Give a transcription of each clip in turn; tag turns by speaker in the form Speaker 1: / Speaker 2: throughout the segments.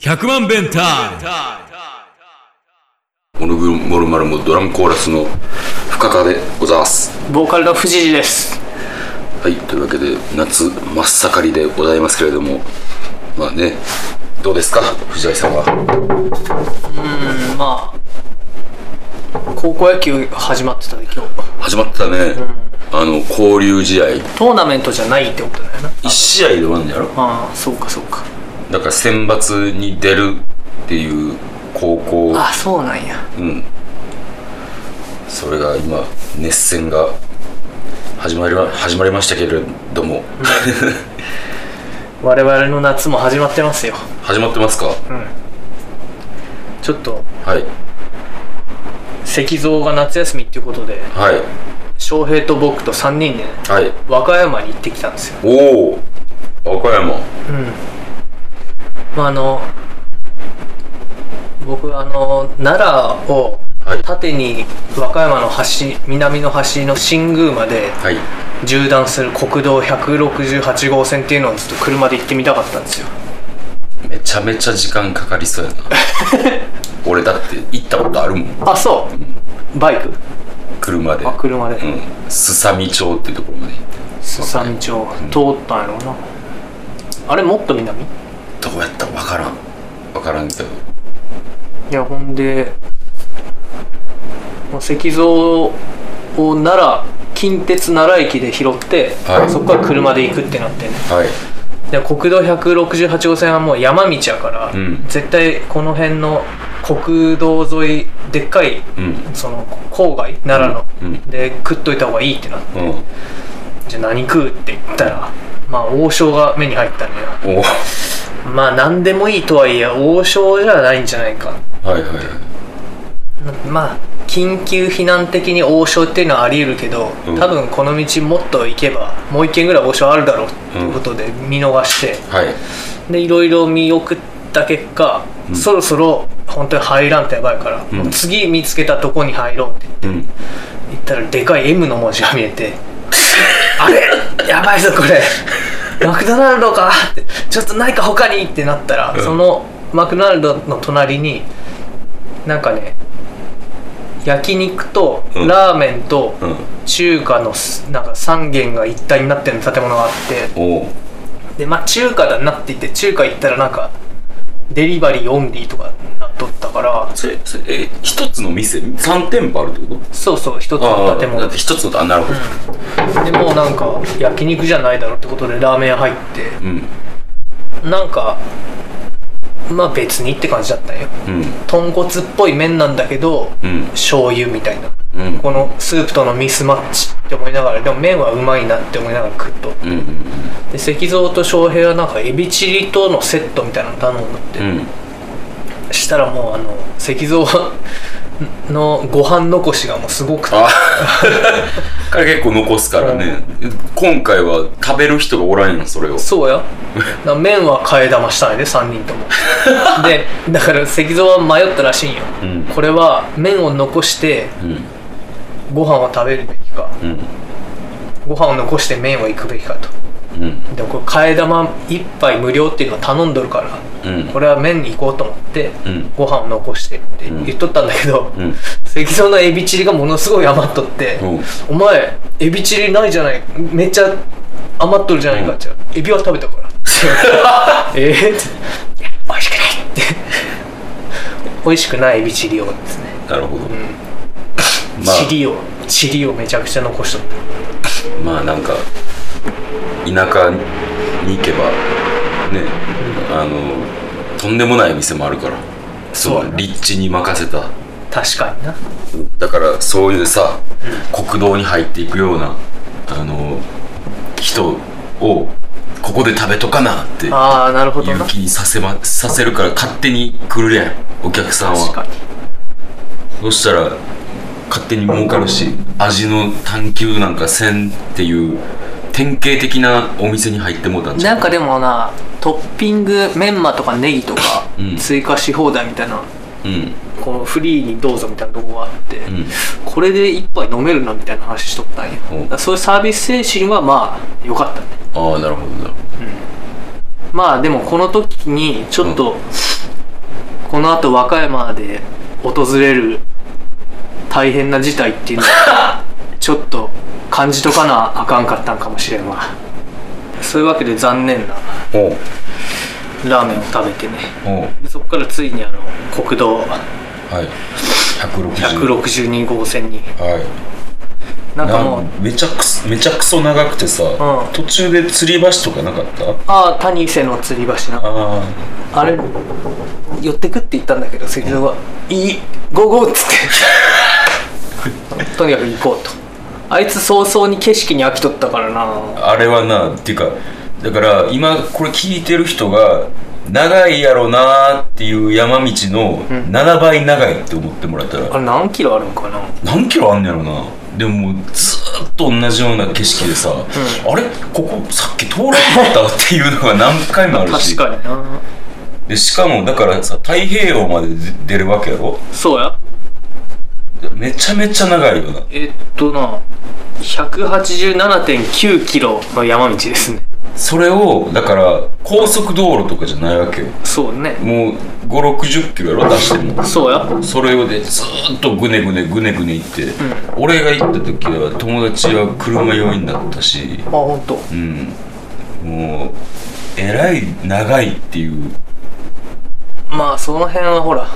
Speaker 1: 100万弁タイ
Speaker 2: モルブモルマルムドラムコーラスの深川でございます
Speaker 3: ボーカルの藤井です
Speaker 2: はいというわけで夏真っ盛りでございますけれどもまあねどうですか藤井さんは
Speaker 3: うんまあ高校野球始まってたね今日
Speaker 2: 始まったね、あの交流試合
Speaker 3: トーナメントじゃないってことだよな
Speaker 2: 1試合で終わるんやろ
Speaker 3: ああそうかそうか
Speaker 2: だから選抜に出るっていう高校
Speaker 3: あそうなんや
Speaker 2: うんそれが今熱戦が始まりま始まりましたけれども
Speaker 3: 我々の夏も始まってますよ
Speaker 2: 始まってますか
Speaker 3: ちょっと
Speaker 2: はい
Speaker 3: 石像が夏休みっていうことで
Speaker 2: はい
Speaker 3: 翔平と僕と3人で、ね、
Speaker 2: はい
Speaker 3: 和歌山に行ってきたんですよ
Speaker 2: おお和歌山
Speaker 3: まああの僕あの奈良を
Speaker 2: はい
Speaker 3: 縦に和歌山の橋南の橋の新宮まで
Speaker 2: はい
Speaker 3: 縦断する国道168号線っていうのをずっと車で行ってみたかったんですよ
Speaker 2: めちゃめちゃ時間かかり そうやな俺だって行ったことあるもん
Speaker 3: あそうバイク
Speaker 2: 車で
Speaker 3: あ車で
Speaker 2: うんすさみ町っていうところまで行って
Speaker 3: すさみ町通ったんやろうなあれもっと南い
Speaker 2: どうやったか分からん分からんけど
Speaker 3: やほんでもう石像を奈良近鉄奈良駅で拾って、
Speaker 2: はい
Speaker 3: そこから車で行くってなってね
Speaker 2: はい
Speaker 3: で国道168号線はもう山道やから、
Speaker 2: うん
Speaker 3: 絶対この辺の国道沿いでっかい
Speaker 2: うん
Speaker 3: その郊外奈良の、
Speaker 2: うんうん
Speaker 3: で食っといた方がいいってなって
Speaker 2: うん
Speaker 3: じゃあ何食うって言ったらまあ王将が目に入ったんだよ
Speaker 2: おお
Speaker 3: まあ何でもいいとはいえ王将じゃないんじゃないか
Speaker 2: はいはいはい
Speaker 3: まあ緊急避難的に王将っていうのはあり得るけど、
Speaker 2: うん
Speaker 3: 多分この道もっと行けばもう一軒ぐらい王将あるだろうっていうことで見逃して、
Speaker 2: はい
Speaker 3: でいろいろ見送った結果、そろそろ本当に入らんとやばいから、
Speaker 2: うん
Speaker 3: 次見つけたとこに入ろうって
Speaker 2: うん
Speaker 3: 言ったらでかい M の文字が見えてあれやばいぞこれマクドナルドかってちょっとないか他にってなったら、
Speaker 2: ん
Speaker 3: そのマクドナルドの隣になんかね焼肉と
Speaker 2: うん
Speaker 3: ラーメンと
Speaker 2: うん
Speaker 3: 中華のすなんか3軒が一体になってる建物があって
Speaker 2: おお
Speaker 3: でまあ中華だなって言って中華行ったらなんかデリバリーオンリーとかなっとったから
Speaker 2: それそれえ一つの店三店舗あるってこと
Speaker 3: そうそう一つ
Speaker 2: あ
Speaker 3: の
Speaker 2: あ
Speaker 3: 建
Speaker 2: だ
Speaker 3: 物
Speaker 2: って一つのあなるほど
Speaker 3: でもうなんか焼肉じゃないだろってことでラーメン屋入って
Speaker 2: うん
Speaker 3: なんかまあ別にって感じだったんよ
Speaker 2: うん
Speaker 3: 豚骨っぽい麺なんだけど、
Speaker 2: うん
Speaker 3: 醤油みたいな
Speaker 2: うん
Speaker 3: このスープとのミスマッチって思いながらでも麺はうまいなって思いながら食っと
Speaker 2: うんうん
Speaker 3: で石像と翔平はなんかエビチリとのセットみたいなの頼んだって、
Speaker 2: うん
Speaker 3: したらもうあの石像のご飯残しがもうすごくて
Speaker 2: あ彼結構残すからね今回は食べる人がおらんよそれを
Speaker 3: そうやな麺は替え玉したんやで3 人ともでだから石像は迷ったらしいんよ、
Speaker 2: うん
Speaker 3: これは麺を残して
Speaker 2: うん
Speaker 3: ご飯を食べるべきか
Speaker 2: うん
Speaker 3: ご飯を残して麺を行くべきかと
Speaker 2: うん
Speaker 3: でもこれ替え玉1杯無料っていうのを頼んどるから、
Speaker 2: うん
Speaker 3: これは麺に行こうと思って、
Speaker 2: うん
Speaker 3: ご飯を残してって言っとったんだけど、
Speaker 2: うん
Speaker 3: 石像のエビチリがものすごい余っとって、
Speaker 2: うん
Speaker 3: お前エビチリないじゃないめっちゃ余っとるじゃないかって、エビは食べた からえーっていや美味しくないって美味しくないエビチリをですね、
Speaker 2: なるほどま
Speaker 3: チリをチリをめちゃくちゃ残しとった
Speaker 2: あまあなんか田舎に行けばねあのとんでもない店もあるから
Speaker 3: そう
Speaker 2: の立地に任せた
Speaker 3: 確かにな
Speaker 2: だからそういうさ、国道に入っていくようなあの人をここで食べとかなっていう
Speaker 3: ああなるほどな
Speaker 2: 気にさせ,、ま、させるから勝手に来るやんお客さん
Speaker 3: 確か
Speaker 2: は
Speaker 3: に
Speaker 2: そしたら勝手に儲かるし味の探求なんかせんっていう典型的なお店に入ってもうたんじゃ
Speaker 3: なんんかでもなトッピングメンマとかネギとか
Speaker 2: うん
Speaker 3: 追加し放題みたいな
Speaker 2: うん
Speaker 3: このフリーにどうぞみたいなとこがあって、
Speaker 2: うん
Speaker 3: これで一杯飲めるなみたいな話しとったんや
Speaker 2: お
Speaker 3: だからそういうサービス精神はまあ良かったね
Speaker 2: ああなるほどな
Speaker 3: まあでもこの時にちょっと、この後和歌山で訪れる大変な事態っていう のをちょっと感じとかなあかんかったんかもしれんわそういうわけで残念な
Speaker 2: おう
Speaker 3: ラーメンを食べてね
Speaker 2: おう
Speaker 3: でそこからついにあの国道
Speaker 2: はい160
Speaker 3: 162号線に
Speaker 2: はい
Speaker 3: なんかも
Speaker 2: な
Speaker 3: う
Speaker 2: んめちゃくそめちゃくそ長くてさ、
Speaker 3: ん
Speaker 2: 途中で吊り橋とかなかった
Speaker 3: ああ谷瀬の吊り橋な
Speaker 2: あ
Speaker 3: あれ寄ってくって言ったんだけど関戸は「いいゴーゴー」っつってとにかく行こうとあいつ早々に景色に飽きとったからな
Speaker 2: ああれはなっていうかだから今これ聞いてる人が長いやろなーっていう山道の7倍長いって思ってもらったら、
Speaker 3: あれ何キロあるんかな
Speaker 2: 何キロあんねやろなでももうずーっと同じような景色でさ、あれここさっき通らなかったっていうのが何回もある
Speaker 3: 確
Speaker 2: し
Speaker 3: かにな
Speaker 2: でしかもだからさ太平洋まで出るわけやろ
Speaker 3: そうや
Speaker 2: めちゃめちゃ長いよな
Speaker 3: えっとな187.9キロの山道ですね
Speaker 2: それをだから高速道路とかじゃないわけよ
Speaker 3: そうね
Speaker 2: もう560キロやろ出しても
Speaker 3: そうや
Speaker 2: それをでずーっとぐねぐねぐねぐね行って、俺が行った時は友達は車酔いになったし
Speaker 3: あ本当。
Speaker 2: うんもうえらい長いっていう
Speaker 3: まあその辺はほら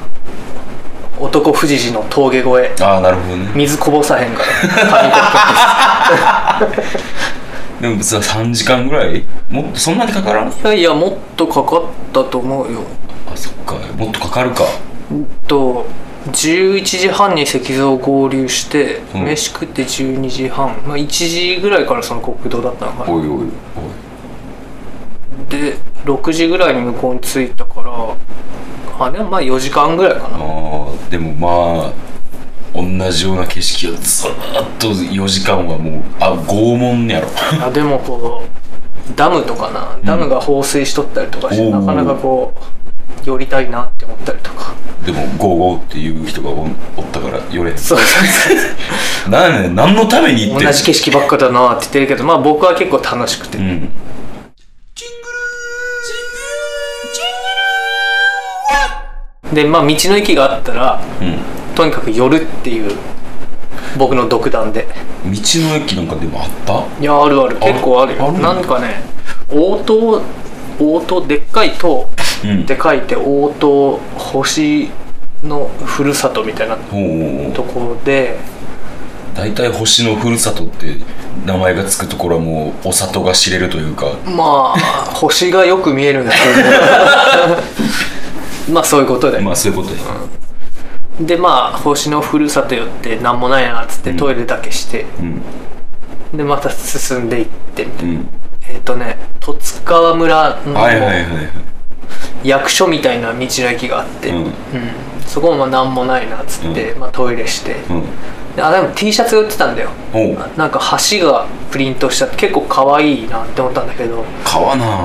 Speaker 3: 男富士寺の峠越え
Speaker 2: ああなるほどね
Speaker 3: 水こぼさへんから紙コップ
Speaker 2: でもさ3時間ぐらいもっとそんなにかからん
Speaker 3: いやいやもっとかかったと思うよ
Speaker 2: あそっかもっとかかるか
Speaker 3: と11時半に石像合流して、
Speaker 2: うん
Speaker 3: 飯食って12時半、まあ、1時ぐらいからその国道だったのかな
Speaker 2: おいおいおい
Speaker 3: で6時ぐらいに向こうに着いたからあでもまあ4時間ぐらいか
Speaker 2: あ
Speaker 3: な
Speaker 2: ーでもまあ同じような景色をずーっと4時間はもうあ拷問やろ
Speaker 3: あでもこうダムとかなダムが放水しとったりとかして、
Speaker 2: おー
Speaker 3: なかなかこう寄りたいなって思ったりとか
Speaker 2: でも「ゴーゴー」っていう人がおおったから寄れ
Speaker 3: そうそうそう
Speaker 2: なんやねん何のために行ってん
Speaker 3: 同じ景色ばっかだなって言ってるけどまあ僕は結構楽しくて、
Speaker 2: うん
Speaker 3: でまあ道の駅があったら
Speaker 2: うん
Speaker 3: とにかく寄るっていう僕の独断で
Speaker 2: 道の駅なんかでもあった
Speaker 3: いやあるある
Speaker 2: ある
Speaker 3: 結構あるよ
Speaker 2: ある
Speaker 3: なんかね応答応答でっかい塔
Speaker 2: うん
Speaker 3: って書いて応答星のふるさとみたい
Speaker 2: お
Speaker 3: な
Speaker 2: うおう
Speaker 3: ところで
Speaker 2: 大体星のふるさとって名前がつくところはもうお里が知れるというか
Speaker 3: ま あ星がよく見えるんだ けどまあそういうことで、
Speaker 2: まあそういうことや、
Speaker 3: でまあ星のふるさと寄ってなんもないなっつってトイレだけして、
Speaker 2: うん
Speaker 3: でまた進んでいってみたいな
Speaker 2: うん
Speaker 3: えっ、とね十津川村の、
Speaker 2: はいはいはいはい
Speaker 3: 役所みたいな道の駅があって、
Speaker 2: うん
Speaker 3: うんそこもまあ何もないなっつって、まあ、トイレして、
Speaker 2: うん
Speaker 3: であでも T シャツ売ってたんだよ
Speaker 2: おう
Speaker 3: なんか橋がプリントした結構可愛いなって思ったんだけど
Speaker 2: 買わなあ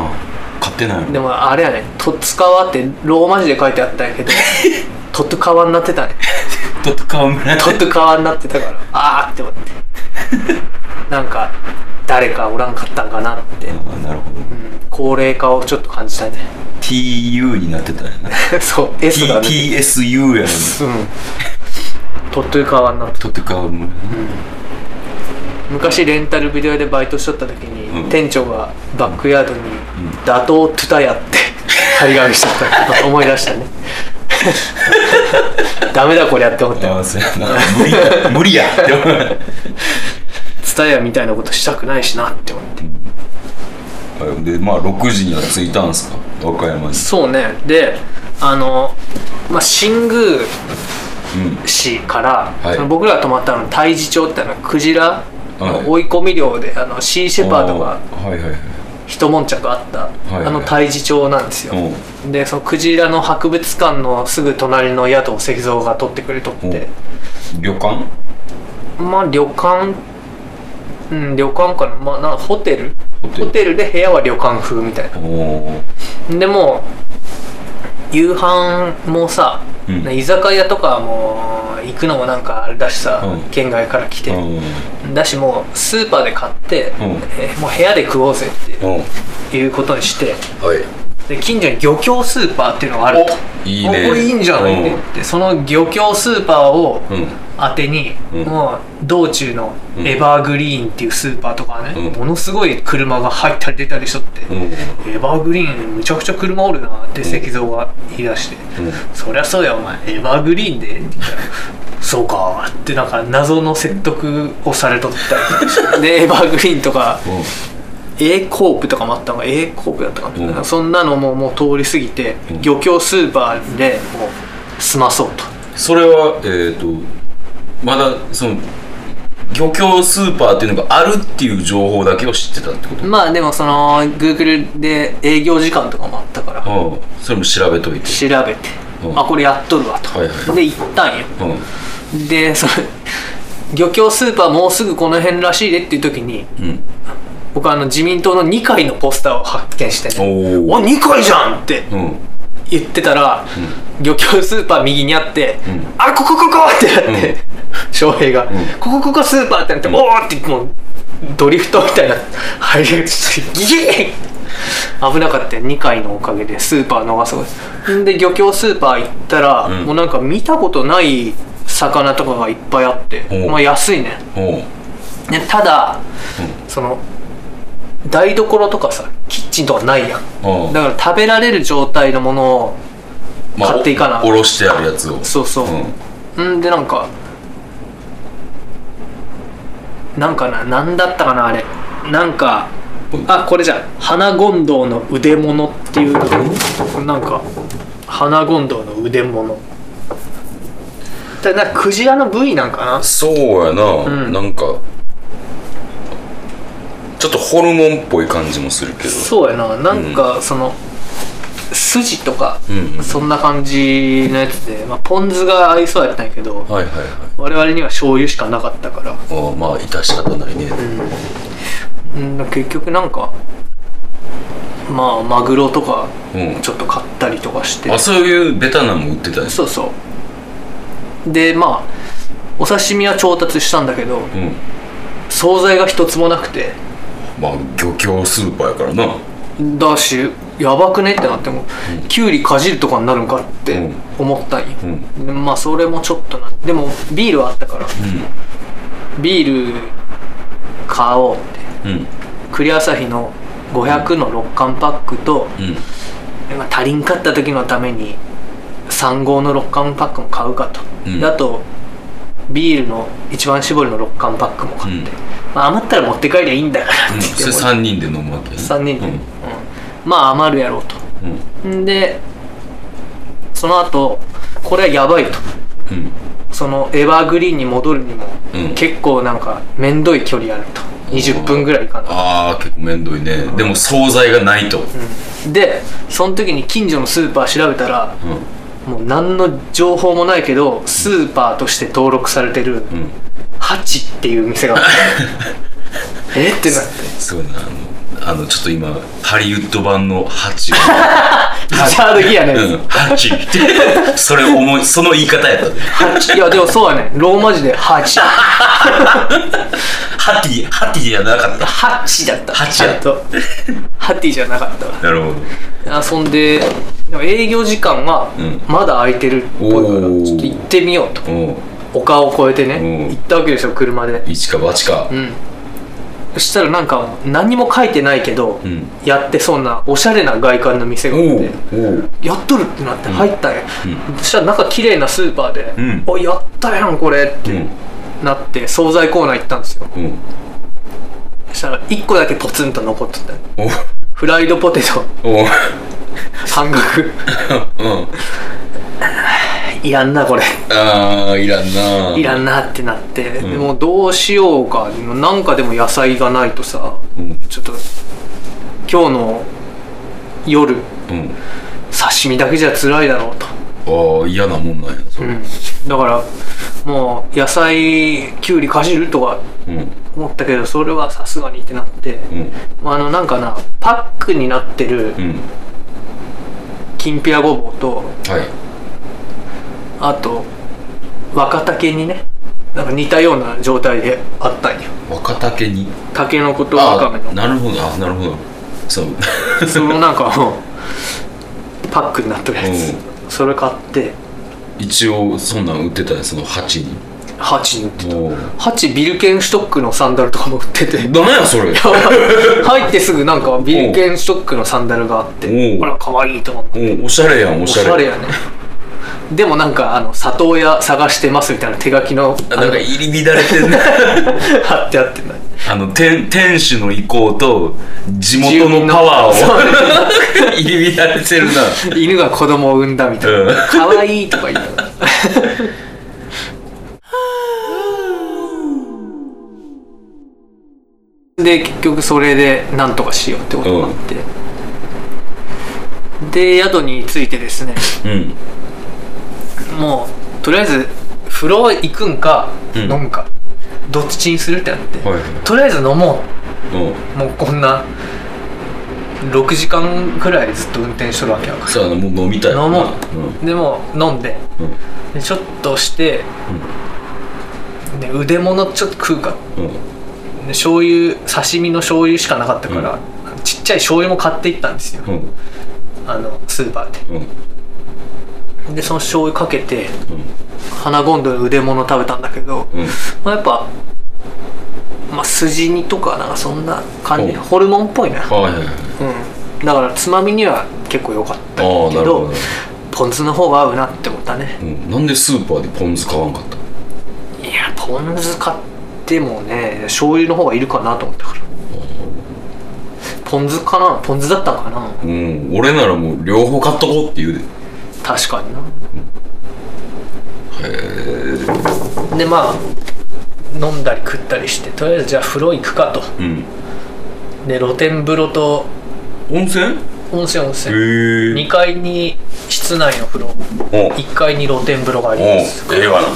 Speaker 2: 買ってない
Speaker 3: で
Speaker 2: の
Speaker 3: もあれやね「とつかわ」ってローマ字で書いてあったんや けど「とつかわ」になってたね
Speaker 2: とと川村
Speaker 3: 「とつかわ」になってたから あーって思ってなんか誰かおらんかったんかなって、うん、
Speaker 2: あなるほど
Speaker 3: 高齢化をちょっと感じたね
Speaker 2: TU になってたんや な
Speaker 3: そう S がね
Speaker 2: T- TSU やのに
Speaker 3: うん鳥取川になって
Speaker 2: とと川村
Speaker 3: 昔レンタルビデオ屋でバイトしとった時に、
Speaker 2: うん
Speaker 3: 店長がバックヤードに「打倒トゥタヤ」って張り紙しとったこと思い出 したねダメだこりゃって思ったよ
Speaker 2: ああそうやな無理や無理やって思う
Speaker 3: ツタヤみたいなことしたくないしなって思って
Speaker 2: はい でまあ6時には着いたんすか和歌山に
Speaker 3: そうねであの、まあ、新宮市から、
Speaker 2: はい
Speaker 3: その僕らが泊まったの太地町ってあのクジラ
Speaker 2: はい
Speaker 3: の追い込み漁であのシーシェパードが
Speaker 2: あーはいはいはい
Speaker 3: 一悶着あった、
Speaker 2: はい
Speaker 3: あの太地町なんですよ、
Speaker 2: おう
Speaker 3: でそのクジラの博物館のすぐ隣の宿を石像が取ってくれとって
Speaker 2: 旅館
Speaker 3: まあ旅館うん旅館かな,、まあ、なホテル
Speaker 2: ホテル
Speaker 3: ホテルで部屋は旅館風みたい
Speaker 2: おお
Speaker 3: なでもう夕飯もさ
Speaker 2: ううん
Speaker 3: 居酒屋とかも行くのもなんかあれだしさ、
Speaker 2: うん
Speaker 3: 県外から来て、
Speaker 2: うん
Speaker 3: だしもうスーパーで買って、
Speaker 2: うん
Speaker 3: えーもう部屋で食おうぜっ
Speaker 2: うん
Speaker 3: ていうことにして
Speaker 2: はい
Speaker 3: で近所に漁協スーパーっていうのがあると
Speaker 2: おいいね
Speaker 3: おこれいいんじゃないって言ってその漁協スーパーを
Speaker 2: うん
Speaker 3: 当てに、
Speaker 2: うん
Speaker 3: もう道中の
Speaker 2: うん
Speaker 3: エバーグリーンっていうスーパーとかね、
Speaker 2: うん
Speaker 3: ものすごい車が入ったり出たりしとって、
Speaker 2: うん
Speaker 3: エバーグリーンむちゃくちゃ車おるなって石像が言い出して、
Speaker 2: うん
Speaker 3: そりゃそうやお前エバーグリーンでって 言ったらそうかってなんか謎の説得をされとったりと かしてでエバーグリーンとか A コープとかもあったのが A コープだったかな、
Speaker 2: うん
Speaker 3: そんなのももう通り過ぎて、
Speaker 2: うん
Speaker 3: 漁協スーパーでもう済まそうと
Speaker 2: それはえっ、とまだその漁協スーパーっていうのがあるっていう情報だけを知ってたってこと
Speaker 3: まあでもその Google で営業時間とかもあったから
Speaker 2: うんそれも調べといて
Speaker 3: 調べて、
Speaker 2: うん
Speaker 3: あこれやっとるわと、
Speaker 2: はいはい
Speaker 3: で行ったんよ
Speaker 2: うん
Speaker 3: でその漁協スーパーもうすぐこの辺らしいでっていう時に
Speaker 2: うん
Speaker 3: 僕あの自民党の2階のポスターを発見してね「
Speaker 2: お
Speaker 3: お
Speaker 2: お
Speaker 3: 2階じゃん!」って
Speaker 2: うん
Speaker 3: 言ってたら、漁協スーパー右にあって「
Speaker 2: ん
Speaker 3: あここここ!」ってなって、
Speaker 2: うん
Speaker 3: 翔平が、
Speaker 2: ん
Speaker 3: ここここスーパー!」ってなって「おー!」ってもうドリフトみたいな入り口してギギー危なかったよ2階のおかげでスーパー逃すことんで漁協スーパー行ったら、
Speaker 2: ん
Speaker 3: もうなんか見たことない魚とかがいっぱいあって
Speaker 2: お
Speaker 3: まあ安いね
Speaker 2: おう
Speaker 3: ねただ、その台所とかさキッチンとかないやん
Speaker 2: おう
Speaker 3: だから食べられる状態のものを
Speaker 2: まあ
Speaker 3: 買っていかな
Speaker 2: おおろしてあるやつを
Speaker 3: そうそう、ん、でなんかなんかな何だったかなあれなんかあこれじゃ花権藤の腕物っていうなんか花権藤の腕物だなんかクジラの部位なんかな
Speaker 2: そうやな、
Speaker 3: ん
Speaker 2: なんかちょっとホルモンっぽい感じもするけど
Speaker 3: そうやななんかその、筋とか、
Speaker 2: うんうん
Speaker 3: そんな感じのやつで、まあ、ポン酢が合いそうやったんやけど
Speaker 2: はいはいはい
Speaker 3: 我々には醤油しかなかったから
Speaker 2: ああまあ致し方ないね
Speaker 3: うん結局なんかまあマグロとか
Speaker 2: うん、
Speaker 3: ちょっと買ったりとかして
Speaker 2: あそういうベタなのも売ってたんです
Speaker 3: そうそうでまあお刺身は調達したんだけど
Speaker 2: うん
Speaker 3: 惣菜が一つもなくて
Speaker 2: まあ漁協スーパーやからな
Speaker 3: だしやばくねってなってもきゅうりかじるとかになるんかって思ったんよ、
Speaker 2: うん
Speaker 3: でまあそれもちょっとなでもビールはあったからビール買おうっ
Speaker 2: う
Speaker 3: て
Speaker 2: んうん
Speaker 3: クリア朝日の500の6缶パックと、
Speaker 2: うん
Speaker 3: まあ、足りんかった時のために3号の6缶パックも買うかと、
Speaker 2: うん
Speaker 3: であとビールの一番搾りの6缶パックも買って、
Speaker 2: うん
Speaker 3: まあ、余ったら持って帰りゃいいんだからって
Speaker 2: うん
Speaker 3: 言って、
Speaker 2: それ3人で飲むわけ
Speaker 3: 3人で、
Speaker 2: うん
Speaker 3: うんまあ余るやろうと
Speaker 2: うん
Speaker 3: んでその後これはやばいと
Speaker 2: うん
Speaker 3: そのエバーグリーンに戻るにも、
Speaker 2: うん
Speaker 3: 結構なんかめんどい距離あると20分ぐらいかな
Speaker 2: ああ結構めんどいねでも惣菜がないと
Speaker 3: でその時に近所のスーパー調べたら、もう何の情報もないけどスーパーとして登録されてる
Speaker 2: うん
Speaker 3: ハチっていう店があって えってなって
Speaker 2: すごいなあのあのちょっと今ハリウッド版のハ チを
Speaker 3: リチャードギアね、
Speaker 2: うんハチって それ思いその言い方やったで
Speaker 3: ハチいやでもそうやねローマ字でハチ
Speaker 2: ハティハティじゃなか った
Speaker 3: ハチだった
Speaker 2: ハチやった
Speaker 3: ちゃんとハティじゃなかった
Speaker 2: なるほど
Speaker 3: わ遊んででも営業時間が
Speaker 2: うん
Speaker 3: まだ空いてるっぽいから、
Speaker 2: おー
Speaker 3: ちょっと行ってみようと
Speaker 2: おう
Speaker 3: 丘を越えてね
Speaker 2: お
Speaker 3: 行ったわけですよ車で
Speaker 2: 一か八か
Speaker 3: うんそしたらなんか何も書いてないけど、
Speaker 2: ん
Speaker 3: やってそうなおしゃれな外観の店があって
Speaker 2: おう
Speaker 3: やっとるってなって入ったんや、
Speaker 2: う
Speaker 3: そしたら中綺麗なスーパーで「
Speaker 2: うん
Speaker 3: おやったやんこれ」っ
Speaker 2: う
Speaker 3: て
Speaker 2: ん
Speaker 3: なって惣菜コーナー行ったんですよ
Speaker 2: うん
Speaker 3: そしたら1個だけポツンと残ってた
Speaker 2: おう
Speaker 3: フライドポテ ト
Speaker 2: おう
Speaker 3: 半額
Speaker 2: うん
Speaker 3: いらんなこれ
Speaker 2: ああいらんないい
Speaker 3: らんなってなって、でもどうしようかなんかでも野菜がないとさ
Speaker 2: うん
Speaker 3: ちょっと今日の夜
Speaker 2: うん
Speaker 3: 刺身だけじゃ辛いだろうと、
Speaker 2: ああ嫌なもんなんやそれ
Speaker 3: だからもう野菜きゅうりかじるとか
Speaker 2: うん
Speaker 3: 思ったけどそれはさすがにってなって、
Speaker 2: うん
Speaker 3: まあ、あのなんかなパックになってる
Speaker 2: うん
Speaker 3: きんぴらごぼうと
Speaker 2: はい
Speaker 3: あと若竹にねなんか似たような状態であったんよ
Speaker 2: 若竹に
Speaker 3: タケノコとワカ
Speaker 2: あ
Speaker 3: メの
Speaker 2: なるほどあなるほどそう
Speaker 3: そのなんかもうパックになっとるやつ、それ買って
Speaker 2: 一応そんなん売ってたよその鉢に
Speaker 3: 鉢に売って
Speaker 2: おう
Speaker 3: た鉢ビルケンシュトックのサンダルとかも売ってて
Speaker 2: 何やそれ
Speaker 3: 入ってすぐなんかビルケンシュトックのサンダルがあって
Speaker 2: おう
Speaker 3: ほら可愛いと思って
Speaker 2: おおしゃれやんお
Speaker 3: お
Speaker 2: し
Speaker 3: し
Speaker 2: ゃれ
Speaker 3: ゃれやねでもなんかあの里親探してますみたいな手書きの
Speaker 2: あなんか入り乱れてんね
Speaker 3: 貼ってあってない
Speaker 2: あの天天主の意向と地元のパワーを 入り乱れてるな
Speaker 3: 犬が子供を産んだみたいな
Speaker 2: うん
Speaker 3: 「可愛いとか 言いながらで結局それでなんとかしようってことになって、で宿についてですね
Speaker 2: うん
Speaker 3: もうとりあえず風呂行くんか
Speaker 2: うん
Speaker 3: 飲むか、どっちにするってなって、
Speaker 2: はい
Speaker 3: とりあえず飲も
Speaker 2: うん
Speaker 3: うもうこんな6時間くらいずっと運転しとるわけやから
Speaker 2: そうやなもう飲みたい
Speaker 3: 飲も
Speaker 2: うん
Speaker 3: うでもう飲んで
Speaker 2: うん
Speaker 3: でちょっとして、で腕物ちょっと食うか
Speaker 2: うん
Speaker 3: で醤油刺身の醤油しかなかったから、ちっちゃい醤油も買っていったんですよ
Speaker 2: うん
Speaker 3: あのスーパー
Speaker 2: うん
Speaker 3: ででその醤油かけて
Speaker 2: うん
Speaker 3: 花ゴンドウの腕物食べたんだけど、
Speaker 2: うん
Speaker 3: まあ、やっぱまあ筋煮とかなんかそんな感じ
Speaker 2: お
Speaker 3: ホルモンっぽいな
Speaker 2: はいはいはい
Speaker 3: うんだからつまみには結構良かったけ
Speaker 2: ああなるほど
Speaker 3: ど
Speaker 2: ね
Speaker 3: ポン酢の方が合うなって思ったね
Speaker 2: うんなんでスーパーでポン酢買わんかった
Speaker 3: いやポン酢買ってもね醤油の方がいるかなと思ったからポン酢かなポン酢だったのかな
Speaker 2: うん俺ならもう両方買っとこうって言うで
Speaker 3: 確かになへえでまあ飲んだり食ったりしてとりあえずじゃあ風呂行くかと
Speaker 2: うん
Speaker 3: で露天風呂と
Speaker 2: 温泉
Speaker 3: 温泉温泉
Speaker 2: へ
Speaker 3: 2階に室内の風呂
Speaker 2: おう
Speaker 3: 1階に露天風呂があり
Speaker 2: おう
Speaker 3: ます
Speaker 2: ええわな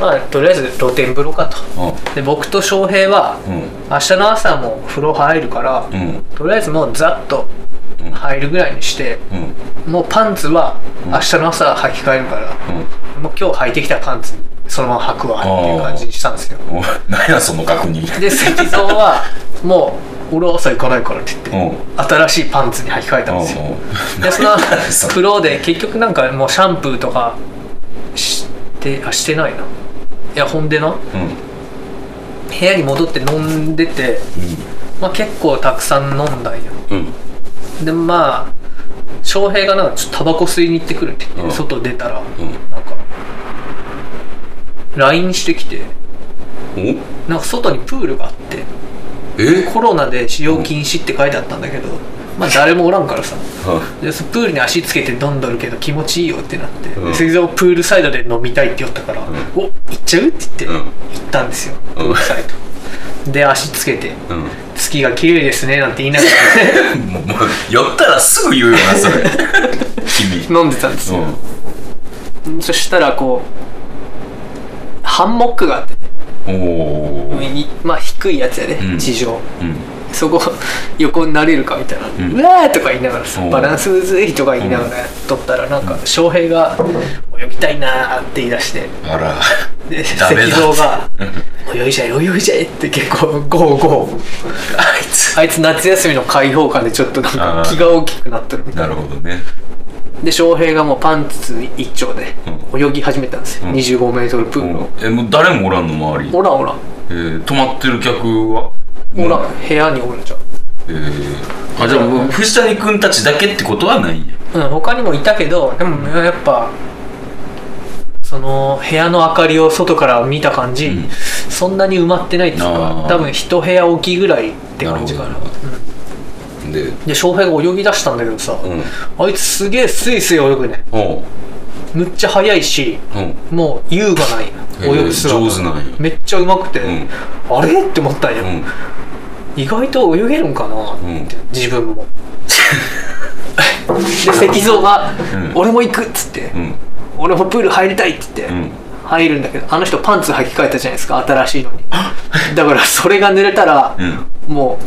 Speaker 3: まあとりあえず露天風呂かと
Speaker 2: あ
Speaker 3: で僕と翔平は
Speaker 2: うん
Speaker 3: 明日の朝も風呂入るから、
Speaker 2: うん
Speaker 3: とりあえずもうざっと
Speaker 2: うん
Speaker 3: 入るぐらいにして、
Speaker 2: うん
Speaker 3: もうパンツは明日の朝履き替えるから、
Speaker 2: うん
Speaker 3: もう今日履いてきたパンツにそのまま履くわっていう感じにしたんですよ
Speaker 2: おい何やその確認
Speaker 3: で石像はもう俺は朝行かないからって言って
Speaker 2: う
Speaker 3: 新しいパンツに履き替えたんですよでその
Speaker 2: それ
Speaker 3: 風呂で結局なんかもうシャンプーとかしてあしてないないやほんでな
Speaker 2: うん
Speaker 3: 部屋に戻って飲んでて、まあ、結構たくさん飲んだんよ
Speaker 2: うん
Speaker 3: でまあ翔平がなんかちょっとタバコ吸いに行ってくるって言って、
Speaker 2: うん
Speaker 3: 外出たら
Speaker 2: うん
Speaker 3: なんか LINE してきて
Speaker 2: うん
Speaker 3: なんか外にプールがあって
Speaker 2: おえ
Speaker 3: コロナで使用禁止って書いてあったんだけど、まあ誰もおらんからさ
Speaker 2: は
Speaker 3: でそのプールに足つけて飲んどるけど気持ちいいよってなって、
Speaker 2: うん
Speaker 3: でそれでプールサイドで飲みたいって言ったから、お行っちゃうって言って、
Speaker 2: うん
Speaker 3: 行ったんですよ、プ
Speaker 2: うん
Speaker 3: ールサイドで足つけて
Speaker 2: うんも
Speaker 3: 「月が綺麗ですね」なんて言いなが
Speaker 2: うもう寄ったらすぐ言うよなそれ君
Speaker 3: ら 飲んでたんですよ、
Speaker 2: うん
Speaker 3: そしたらこうハンモックがあってね
Speaker 2: おお
Speaker 3: いまあ低いやつやね、
Speaker 2: うん
Speaker 3: 地上
Speaker 2: うん
Speaker 3: そこ横になれるかみたいな「うんわ!」とか言いながらさ
Speaker 2: おう
Speaker 3: バランスむずいとか言いながらやっとったらなんか翔平が「泳ぎたいな」って言い出して
Speaker 2: あら
Speaker 3: で石
Speaker 2: ダメだ
Speaker 3: 像が「泳いじゃえ泳いじゃえ」って結構ゴーゴー
Speaker 2: あいつ
Speaker 3: あいつ夏休みの開放感でちょっとなんか
Speaker 2: あー
Speaker 3: 気が大きくなってるみたい
Speaker 2: なるほどね
Speaker 3: で翔平がもうパンツ一丁で泳ぎ始めたんですよ、
Speaker 2: うん
Speaker 3: 2 5メートルプールの、
Speaker 2: えもう誰もおらんの周り
Speaker 3: おらおら
Speaker 2: えー、泊まってる客は
Speaker 3: おら部屋におるんじゃん
Speaker 2: えー、あじゃあもう藤谷君たちだけってことはないんや
Speaker 3: うん、他にもいたけどでもやっぱその部屋の明かりを外から見た感じ、
Speaker 2: うん
Speaker 3: そんなに埋まってないっていう
Speaker 2: あ
Speaker 3: か
Speaker 2: ー
Speaker 3: 多分一部屋大きいぐらいって感じかな
Speaker 2: なるほどで
Speaker 3: うんで翔平が泳ぎ出したんだけどさ、
Speaker 2: うん
Speaker 3: あいつすげえスイスイ泳ぐね
Speaker 2: おう
Speaker 3: むっちゃ速いし
Speaker 2: うん
Speaker 3: もう優雅ない
Speaker 2: へー
Speaker 3: 泳ぐ姿
Speaker 2: 上手なんや
Speaker 3: めっちゃうまくて、
Speaker 2: ん
Speaker 3: あれって思ったんよ、
Speaker 2: うん
Speaker 3: 意外と泳げるんかなって、
Speaker 2: うん
Speaker 3: 自 分もで石像が
Speaker 2: うん
Speaker 3: 「俺も行く」っつって、
Speaker 2: うん
Speaker 3: 俺もプール入りたいって言って、
Speaker 2: うん
Speaker 3: 入るんだけどあの人パンツ履き替えたじゃないですか新し いのにだからそれが濡れたら、も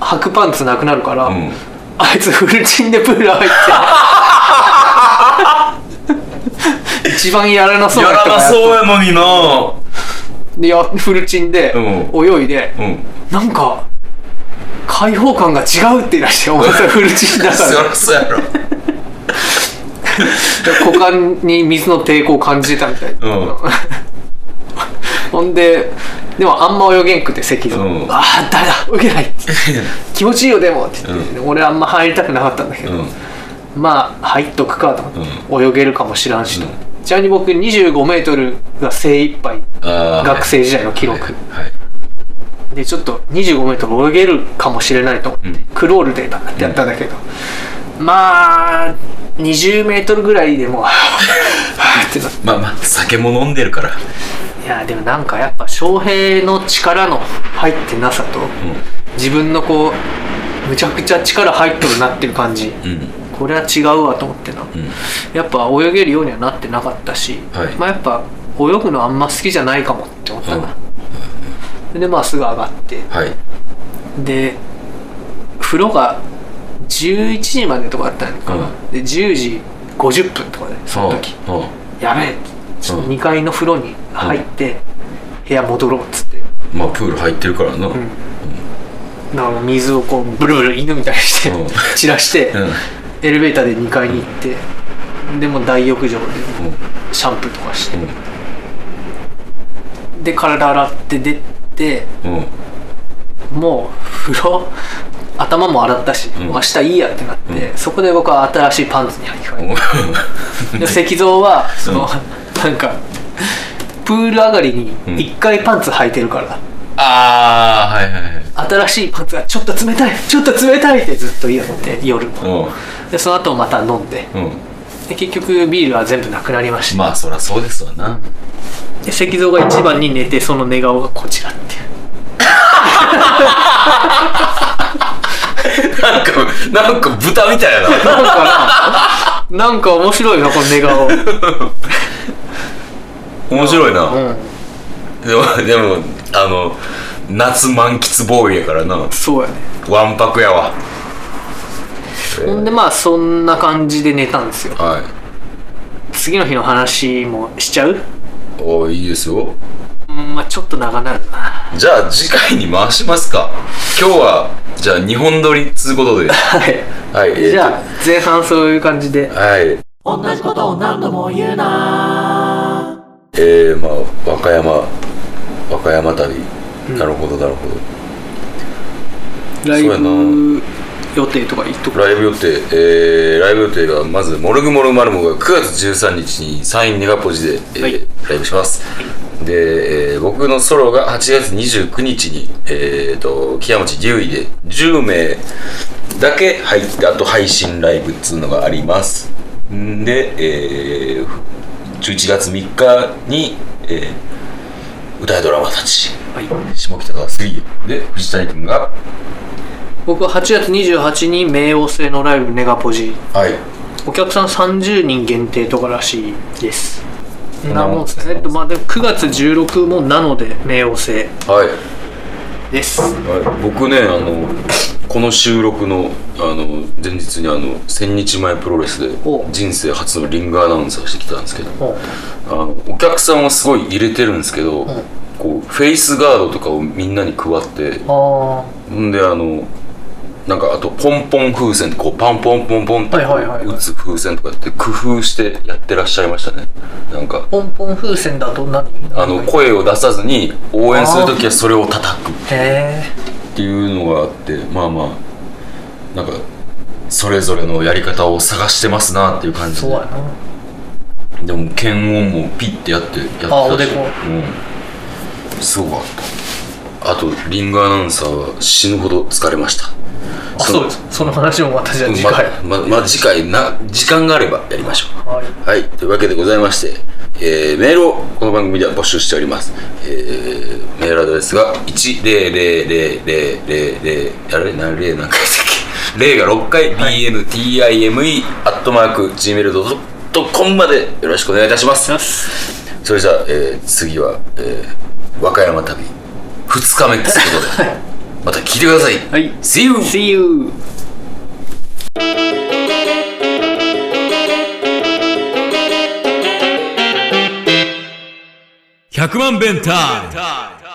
Speaker 3: う履くパンツなくなるから、
Speaker 2: うん
Speaker 3: あいつフルチンでプール入ってい一番やらなそう
Speaker 2: や
Speaker 3: な
Speaker 2: ら
Speaker 3: 人が
Speaker 2: な
Speaker 3: やっと
Speaker 2: そうやのにな
Speaker 3: でやフルチンで
Speaker 2: う
Speaker 3: 泳いで、
Speaker 2: うん
Speaker 3: なんか開放感が違うっていらっしゃいますフルチンだ か
Speaker 2: そり
Speaker 3: ら
Speaker 2: ゃそうやろ
Speaker 3: 股間に水の抵抗を感じたみたいな、
Speaker 2: うん
Speaker 3: ほんででもあんま泳げんくて席の、
Speaker 2: うん
Speaker 3: ああ誰だ泳げないって 気持ちいいよでもって言って、俺あんま入りたくなかったんだけど、
Speaker 2: うん
Speaker 3: まあ入っとくかと思って、泳げるかもしらんしと、ちなみに僕2 5ルが精一杯
Speaker 2: あー
Speaker 3: 学生時代の記録、
Speaker 2: はい
Speaker 3: でちょっと2 5ル泳げるかもしれないと思って、
Speaker 2: うん
Speaker 3: クロールでバーってやったんだけど、まあ2 0ルぐらいでもう はぁってなって
Speaker 2: まあまあ酒も飲んでるから
Speaker 3: いやでもなんかやっぱ翔平の力の入ってなさと、自分のこうむちゃくちゃ力入っとるなっていう感じ、
Speaker 2: うん
Speaker 3: これは違うわと思ってな、
Speaker 2: うん
Speaker 3: やっぱ泳げるようにはなってなかったし、
Speaker 2: はい
Speaker 3: まあやっぱ泳ぐのあんま好きじゃないかもって思ったな、でまあすぐ上がって
Speaker 2: はい
Speaker 3: で風呂が11時までとかだったのかな、
Speaker 2: う
Speaker 3: で10時50分とかでその時
Speaker 2: うんうん
Speaker 3: やべえちょっと2階の風呂に入って部屋戻ろうっつって
Speaker 2: まあプール入ってるからなうんうん
Speaker 3: なんか水をこうブルブル犬みたいにして
Speaker 2: うん
Speaker 3: 散らしてエレベーターで2階に行ってでもう大浴場でシャンプーとかしてで体洗って出て
Speaker 2: うんうん
Speaker 3: もう風呂頭も洗ったし、
Speaker 2: ん
Speaker 3: 明日いいやってなって、そこで僕は新しいパンツに履き替えた、で石像はその、なんかプール上がりに
Speaker 2: ん
Speaker 3: 一回パンツ履いてるから、
Speaker 2: ああはいはいはい
Speaker 3: 新しいパンツがちょっと冷たいちょっと冷たいってずっと言って夜も、
Speaker 2: う
Speaker 3: でその後また飲んで
Speaker 2: んうん
Speaker 3: で結局ビールは全部なくなりました、
Speaker 2: まあそりゃそうですわな
Speaker 3: で石像が一番に寝てその寝顔がこちらっていう
Speaker 2: なんかなんか豚みたいやな
Speaker 3: なんかななんか面白いなこの寝顔
Speaker 2: 面白いな
Speaker 3: うん
Speaker 2: でもでもあの夏満喫ボーイやからな
Speaker 3: そうやね
Speaker 2: わんぱくやわ
Speaker 3: ほんでまあそんな感じで寝たんですよ
Speaker 2: はい
Speaker 3: 次の日の話もしちゃう
Speaker 2: おいいですよ
Speaker 3: うんまあちょっと長なるな
Speaker 2: じゃあ次回に回しますか今日はじゃあ2本撮りっつうことで
Speaker 3: はい
Speaker 2: はいえーと
Speaker 3: じゃあ前半そういう感じで
Speaker 2: はい同じことを何度も言うなえー、まあ和歌山和歌山旅、なるほどなるほど
Speaker 3: ライ
Speaker 2: そうやな
Speaker 3: ブ予定とか言っとく
Speaker 2: ライブ予定えー、ライブ予定がまず「モルグモルマルモ」が9月13日にサインネガポジで、えー
Speaker 3: はい
Speaker 2: ライブしますで、えー僕のソロが8月29日にえー、と木屋町竜医で10名だけ入ってあと配信ライブっつうのがありますんで、えー11月3日に、えー歌いドラマたち
Speaker 3: はい
Speaker 2: 下北沢3で藤谷君が
Speaker 3: 僕は8月28に冥王星のライブネガポジ
Speaker 2: はい
Speaker 3: お客さん30人限定とからしいです
Speaker 2: ん
Speaker 3: な
Speaker 2: な
Speaker 3: も
Speaker 2: も
Speaker 3: ん
Speaker 2: ん
Speaker 3: で
Speaker 2: ですす
Speaker 3: ね
Speaker 2: ね
Speaker 3: えっとまあでも9月16もなので冥王星
Speaker 2: はい
Speaker 3: です
Speaker 2: はい僕ねあのこの収録のあの前日にあの千日前プロレスで
Speaker 3: お
Speaker 2: 人生初のリングアナウンサーしてきたんですけど
Speaker 3: もう
Speaker 2: あのお客さんはすごい入れてるんですけど、こうフェイスガードとかをみんなに配って
Speaker 3: あ
Speaker 2: んであのなんかあとポンポン風船ってこうパンポンポンポンってこ
Speaker 3: はいはいはいはいう
Speaker 2: 打つ風船とかって工夫してやってらっしゃいましたねなんか
Speaker 3: あポンポン風船だと何
Speaker 2: あの声を出さずに応援する時はそれを叩く
Speaker 3: へ
Speaker 2: っていうのがあってまあまあなんかそれぞれのやり方を探してますなっていう感
Speaker 3: え
Speaker 2: じ
Speaker 3: そう
Speaker 2: で
Speaker 3: やな
Speaker 2: でも検温もピッてやってやってたし
Speaker 3: あおでこ
Speaker 2: うんすごかったあとリングアナウンサーは死ぬほど疲れました
Speaker 3: あそうですその話もまたじゃあ次回、
Speaker 2: ままま次回な時間があればやりましょう
Speaker 3: はい
Speaker 2: はい、というわけでございまして、えーメールをこの番組では募集しております、えーメールアドレスが1000000あれ何例何回だっけ例が6回、bntime.gmail.com までよろしくお願いいたしますそれじゃあ、えー次は、えー和歌山旅2日目ということでまた聞いてください、
Speaker 3: はい
Speaker 2: See you!
Speaker 3: See you!
Speaker 4: 「
Speaker 1: 100万弁タイム